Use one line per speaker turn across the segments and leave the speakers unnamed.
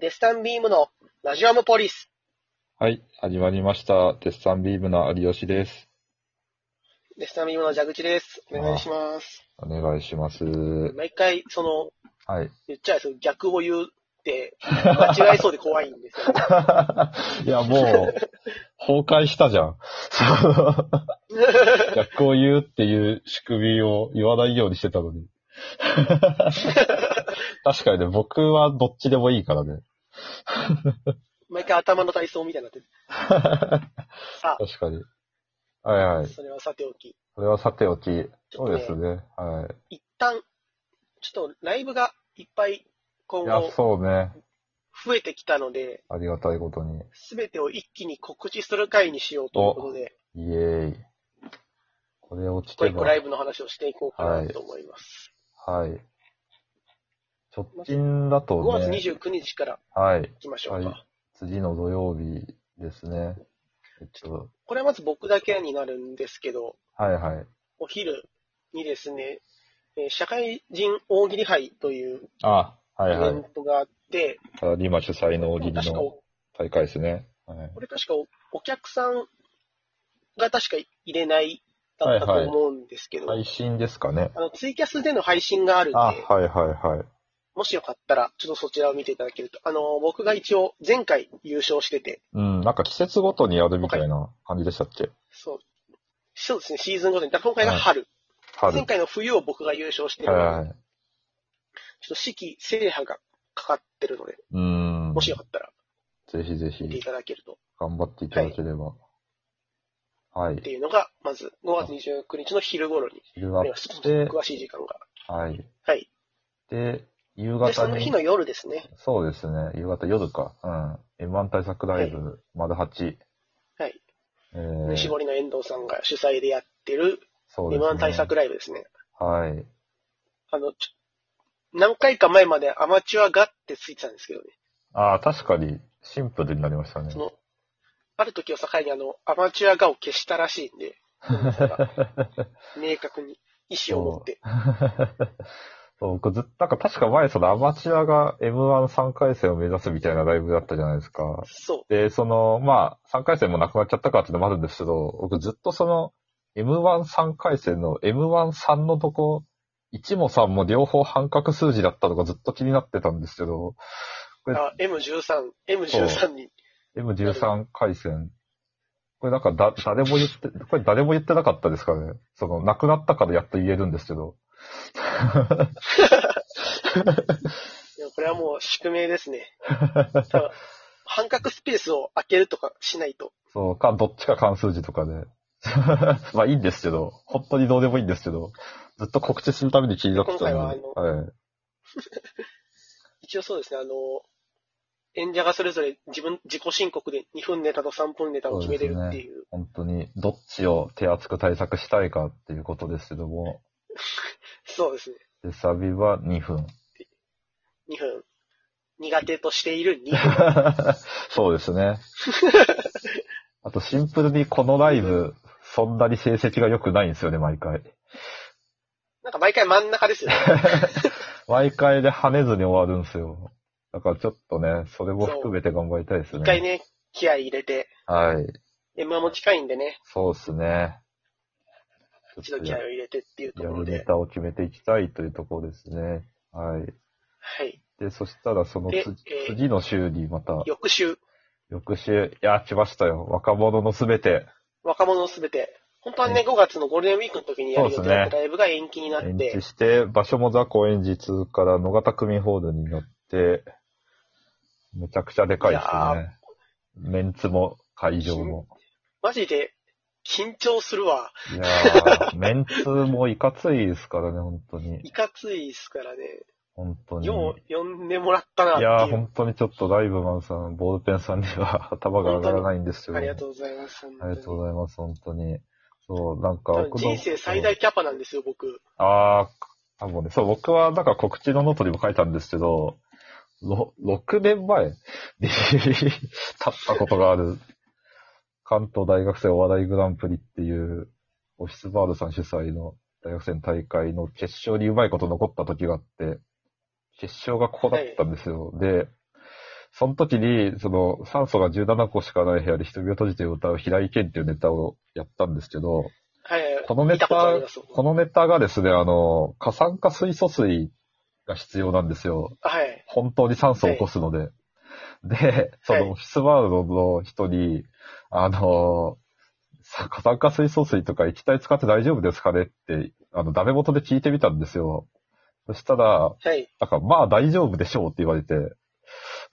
デスタンビームのラジアムポリス。
はい、始まりました。デッサンビームの有吉です。
デスタンビームの蛇口です。お願いします。
お願いします。は
毎回、その、
い。
言っちゃうその逆を言うって、間違えそうで怖いんですよ。
いや、もう、崩壊したじゃん。逆を言うっていう仕組みを言わないようにしてたの に。確かにね、僕はどっちでもいいからね。
毎回頭の体操みたいになってる。さ
確かに。はいは
あ、
い。
それはさておき。
これはさておき。
ちょっ
そ
と
う
ね
ですね。は
一旦、ちょっとライブがいっぱい
い。
今
いや
後、
そうね。
増えてきたので、
ありがたいことに。
すべてを一気に告知する回にしようということで、
イエーイ。これ落ち
一個
て
一個
ば。
ライブの話をしていこうかなと思います。
はい。直近だと
5月
ね、
29日から
はい。
いきましょうか。
はい次の土曜日ですね。えっと、
これはまず僕だけになるんですけど、
はいはい。
お昼にですね、えー社会人大喜利杯という
あ、は
イ
い
ベ
はい
ン。トがあって、
サラリーマン主催の大喜利
確か
の
お、
大会ですね。はい
これ確かおお客さんが確か入れないだったと
はいはい
思うんですけど、
配信ですかね。
あのツイキャスでの配信があるんで、
あ、はいはいはい。
もしよかったら、ちょっとそちらを見ていただけると。あの、僕が一応前回優勝してて、
うん、なんか季節ごとにやるみたいな感じでしたっけ
そう、そうですね、シーズンごとに。だから今回が春。
春。
前回の冬を僕が優勝してる
はい
ので、ち
はい。
ょっと四季制覇がかかってるので、
うん。
もしよかったら
ぜひぜ
見てい
ひ、
ただけると。
頑張っていただければ。は
って
い。
いうのが、まず5月29日の昼頃に
昼
あ
は
ります。ちょっと詳しい時間が。
はい。
はい。
で、
で、
夕方
その日
に
の。夜ですね。
そうですね。夕方夜か。うん。M1 対策ライブ、丸8。
はい。
えー
西堀の遠藤さんが主催でやってる
そうですね。
M1 対策ライブですね。
はい。
あの、ちょ何回か前までアマチュアがってついてたんですけどね。
ああ、確かに、シンプルになりましたね
そ。の、ある時を境にあの、アマチュアがを消したらしいん で、明確に意思を持って。
そう、僕ずっと、なんか確か前、そのアマチュアが M13 回戦を目指すみたいなライブだったじゃないですか。
そ
で、その、まあ、3回戦もなくなっちゃったからってのもあるんですけど、僕ずっとその、M13 回戦の M13 のとこ、1も3も両方半角数字だったのがずっと気になってたんですけど、
う。
え
あ M13、M13 に。
M13 回戦。これなんかだ、誰も言って、これ誰も言ってなかったですかね。その、亡くなったからやっと言えるんですけど。
いやこれはもう宿命です ね。多分半角スペースを開けるとかしないと。
そうか、どっちか関数字とかで。 まあいいんですけど、本当にどうでもいいんですけど、ずっと告知するために気になってた
今回は
の
あ
で。
の
はい。
一応そうですね、あの、演者がそれぞれ自分、自己申告で2分ネタと3分ネタを決めれるっていう、
本当に、どっちを手厚く対策したいかっていうことですけども、
そうですね、
で、サビは2分。
2分。苦手としている2分。
そうです ね。あと、シンプルにこのライブ、そんなに成績が良くないんですよね、毎回。
なんか毎回真ん中ですよね。
毎回で跳ねずに終わるんですよ。だからちょっとね、それも含めて頑張りたいですね。
一回ね、気合い入れて、
はい。
M1 も近いんでね、
そうですね。
一度気合を
や
入れてっていうところ
るネ
で。
タを決めていきたいというところですね。はい。
はい。
で、そしたらその
で
つ
えー
次の週にまた、
翌週、
翌週、いや、来ましたよ。若者のすべて、
若者すべて。本当はね、5月のゴールデンウィークの時にやる予定だ
そう
っ
で
たライブが延期になっ
延
て
期、して、場所も雑高円寺通から野方組ホールに乗って、めちゃくちゃでかいで
いやー
すね。メンツも会場 も。
マジで緊張するわ。
いやー、メンツもいかついですからね、本当に。
いかついですからね。
本当に。
よう呼んでもらったなっ
い
て
やー、
いう。
本当にちょっとライブマンさん、ボールペンさんには 頭が上がらないんですよ。
ありがとうございます。
ありがとう
う
ございます、本当に。そう、なんか、僕の
人生最大キャパなんですよ、僕。
ああ、多分ね、そう、僕はなんか告知のノートにも書いたんですけど、ろ6年前に 立ったことがある、関東大学生お笑いグランプリっていう、オフィスバールさん主催の大学生の大会の決勝にうまいこと残った時があって、決勝がここだったんですよ。で、その時に、その、酸素が17個しかない部屋で瞳を閉じて歌う平井堅っていうネタをやったんですけど、
はいはいはい。
このネ
見た
タ
ことあります。
このネタがですね、あの、過酸化水素水が必要なんですよ。
はい。
本当に酸素を起こすので。で、そ
は
のフィスワールドの人に、あの、さ過酸化水素水とか液体使って大丈夫ですかねって、あの、ダメ元で聞いてみたんですよ。そしたら、
はい。
なんか、まあ大丈夫でしょうって言われて、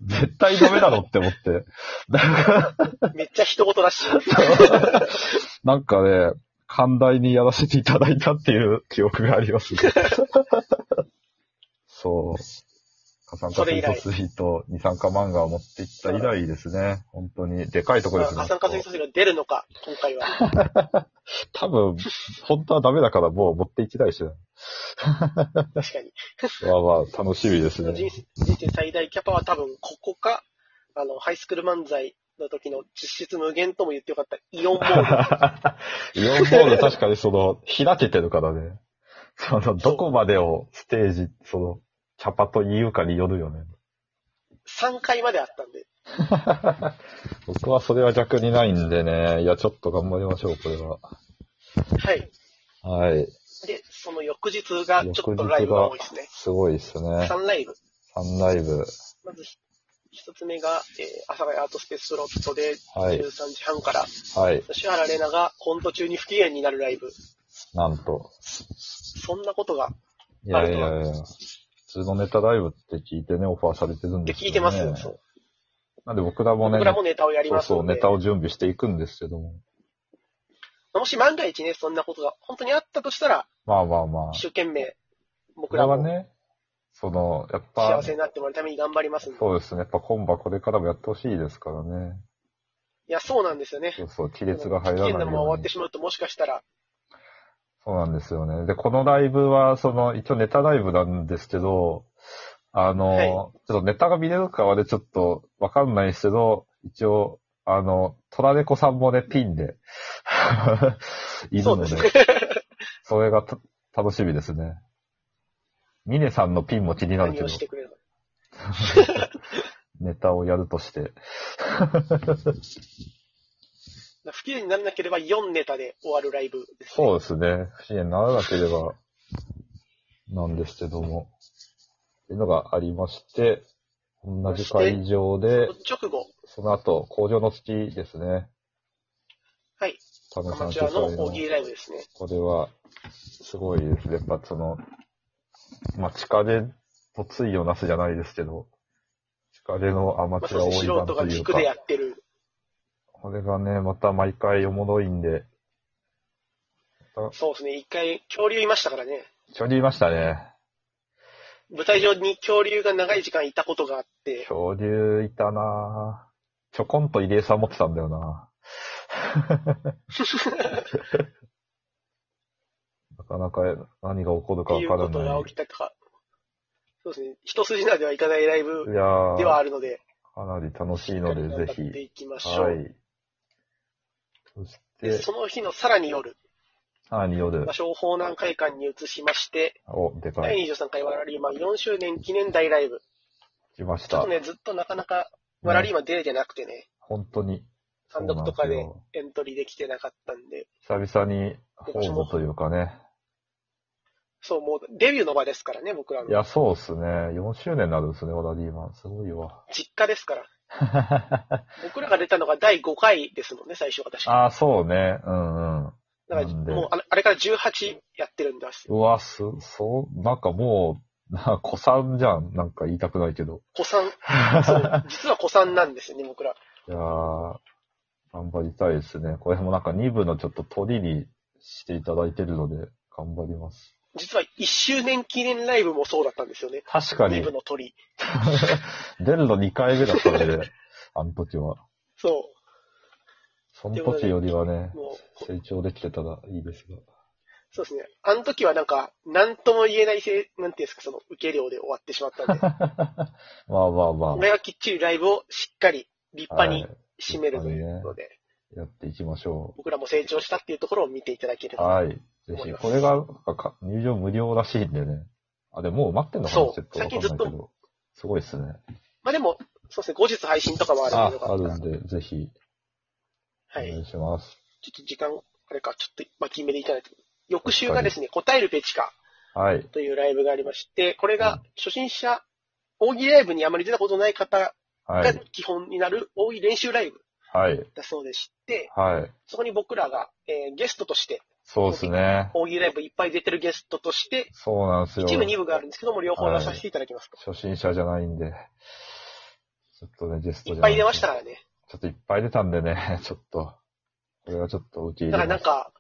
絶対ダメだろって思って。なんか、
めっちゃ人事だ し。
なんかね、寛大にやらせていただいたっていう 記憶があります、ね。そう。火酸化水素水と二酸化マンガを持っていった以来ですね。本当に。でかいとこ
ま
で
あ
すね
過。酸化水素水が出るのか、今回は。
多分、本当はダメだからもう持っていきたいしな。
確かに。
わあわあ、楽しみですね。
人生人生最大キャパは多分ここか、あの、ハイスクール漫才の時の実質無限とも言ってよかったイオンモ ール。
イオンボール確かにその、開けてるからね。その、どこまでをステージ、その、キャパというかによるよね。
3回まであったんで、
僕はそれは逆にないんでね。いや、ちょっと頑張りましょう、これは。
はい。
はい。
で、その翌日がちょっとライブが多いですね。
すごいですね。
3ライブ。
3ライブ。
まずひ一つ目が、えー、阿佐ヶ谷アートスペーススロットで
はい
13時半から、
はい。
吉原玲奈がコント中に不機嫌になるライブ。
なんと。
そんなことが、
いやいやいや。普通のネタライブって聞いてね、オファーされてるんです
聞いてますそう
なんで僕らもね、
僕らもネタをやり
そう
ます
そう、
の
ネ
で、
タを準備していくんですけども。
もし万が一ね、そんなことが本当にあったとしたら、
まあまあまあ。
一生懸命、僕
これ
ら
は
も
ね、その、やっぱ
幸、せになってもらうために頑張りますんで。
そうですね。やっぱ今晩これからもやってほしいですからね。
いや、そうなんですよね。
そうそう、亀裂が入らない
危険な
よ
まま終わ
う
っ
に
て。しまうと、もしかしたら、
そうなんですよね。で、このライブは、その、一応ネタライブなんですけど、あの、
はい
ちょっとネタが見れるかはね、ちょっとわかんないですけど、一応、あの、トラネコさんもね、ピン で、いる
そ
の
う
で、
です
そ
ね。
れがた楽しみですね。ミネさんのピンも気 になる
何
けど
をし、てくれるの
ネタをやるとして。
か。不機嫌にならなければ4ネタで終わるライブです、ね。
そうですね。不支援にならなければ、なんですけども。っていうのがありまして、同じ会場で、
直後、
その後、工場の月ですね。
はい。
田
ア
野さ
マ
ん
チ
主
ュアの
催の
大喜。利ライブですね。
これは、すごいですね。やっぱその、まあ、地下で、とついをなすじゃないですけど、地下でのア
ま
マ
あ、
チ
そ
ュア
う
応
ですね。素
援
人
と
が
い
聞
うか
く、でやってる。
これがね、また毎回おもろいんで、
そうですね。一回、恐竜いましたからね。
ちょりいましたね。
舞台上に恐竜が長い時間いたことがあって、
恐竜いたなぁ。ちょこんと入江さん持ってたんだよな ぁ。なかなか何が起こるか
ってい
わ
う
か
こ
ら
と
な
が
い。
起きたとか。そうですね。一筋縄ではいかないライ
い
ブ
や
では
ー
あるので、
かなり楽しいので、ぜ
やって
ひ。
いきましょう。
はい。そし
で
て、
その日のさらに夜、
さらに夜
場、所を法南会館に移しまして、
お、でかい。
第23回ワラリーマン4周年記念大ライブ。
来まし。
ちょったとね、ずっとなかなかワラリーマン出れてなくてね、
本当に。
単独とか
そう
で
なんです
エ
よ
ントリーできてなかったんで、
久々に、ホームというかね。
そう、もうデビューの場ですからね、僕ら
い
の。
や、そうっすね。4周年になるんですね、オダディーマン。すご いわ。
実家ですから。僕らが出たのが第5回ですもんね、最初は確か。
ああ、そうね。うんうん。
だから、
なんで
もうあれあれから18やってるんです。
うわ、す、そう、なんかもう、な、子さんじゃん。なんか言いたくないけど。
子 さん、そ、
いう
実は子さんなんですよね、僕ら。
やー、頑張りたいですね。これもなんか2部のちょっと鳥にしていただいてるので、頑張ります。
実は1周年記念ライブもそうだったんですよね。
確か
リ
に
ブ、の鳥。
出るの2回目だった ので、あの時は。
そう。
その時よりはね
も、う
成長できてたらいいですが。
そうですね。あの時はなんか、なんとも言えないせい、なんていうんですか、その、受け量で終わってしまったんで、
まあまあまあ
こ。れはきっちりライブをしっかり、立派に
はい
締めるというので、
やっていきましょ
僕らも成長したっていうところを見ていただけれ
う。
ば。
はい。ぜひ、これが、なんかか入場無料らしいんでね。あ、でももう待ってんのかな
そう
ちょっとわかんない
最
け
近ずっ
ど。すごいっすね。
まあでも、そうですね、後日配信とかもあ
あ
るの、
あ
が、
るんで、ぜひ、お
はい。
願いします。
ちょっと時間、あれか、ちょっと巻き目でいただいて。翌週がですね、答えるべきか
はい。
というライブがありまして、これが初心者、大喜利ライブにあまり出たことない方
は
が
い。
基本になる大喜利練習ライブ
はい。
だそうでして、
はい。
そこに僕らが、えーゲストとして、
そうですね。
大喜利ライブいっぱい出てるゲストとして、
そうなんですよ。
一部二部があるんですけども、両方出させていただきますと。
初心者じゃないんで。ちょっとね、ゲス
い
トじ
っぱ
ゃない
い出ましたからね。
ちょっといっぱい出たんでね、 ちょっと。これはちょっと受け入
だか
れ
らなん
ます。
か、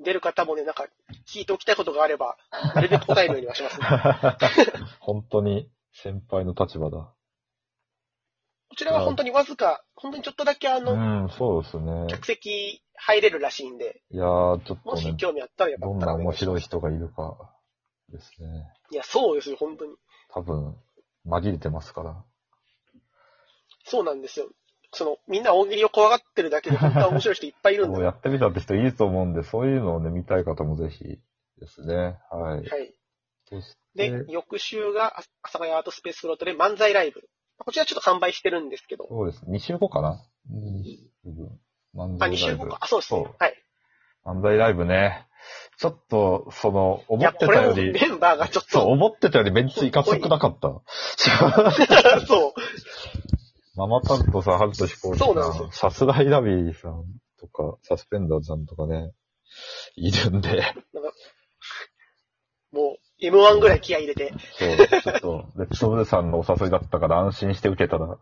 出る方もね、なんか、聞いておきたいことがあれば、なるべく答えるようにはします、 ね。
本当に先輩の立場だ。
こちらは本当にわずか、本当にちょっとだけあの、
うん、そうですね。
客席入れるらしいんで、
いやー、ちょっ
も
とね
し、興味あったらやっぱ
どんな面白い人がいるかですね。
いや、そうですよ、本当に。
多分、紛れてますから。
そうなんですよ。その、みんな大喜利を怖がってるだけで、本当は面白い人いっぱいいるん
も
で。
う
は
やってみたって人いると思うんで、そういうのをね、見たい方もぜひですね。はい。
い。
そして
で、翌週が、あ阿佐ヶ谷アートスペースフロートで漫才ライブ。こちらちょっと完売してるんですけど。
そうです。2週後かなうん漫
あ、2
才ライ
週
ブ
後。か。あ、そうですね
そう。
はい。
漫才ライブね。ちょっと、その、
い
思
や、
って
こ
た
れもメ
より、
ンバーがちょっ
そう、
と、
思ってたよりメンツいかつくな かった。
そう。
ママタントさん、ハルト飛行機さん、
そうなんですよ
さすらいラビーさんとか、サスペンダーズさんとかね、いるんで、
もう、M1 ぐらい気合い入れて。
そう、ちょっと、 レッツオブさんのお誘いだったから安心して受けたら、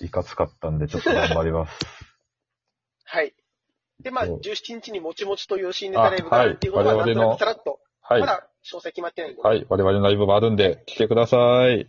いかつかったんで、ちょっと頑張ります。
はい。で、まあ、
そう
17日にもちもちという新ネタライブがあるっていうこと
あ
は、
は
ないんとなくさらっと、
はい
ま。だ詳細決まってないんで。
はい。我々のライブもあるんで、来てください。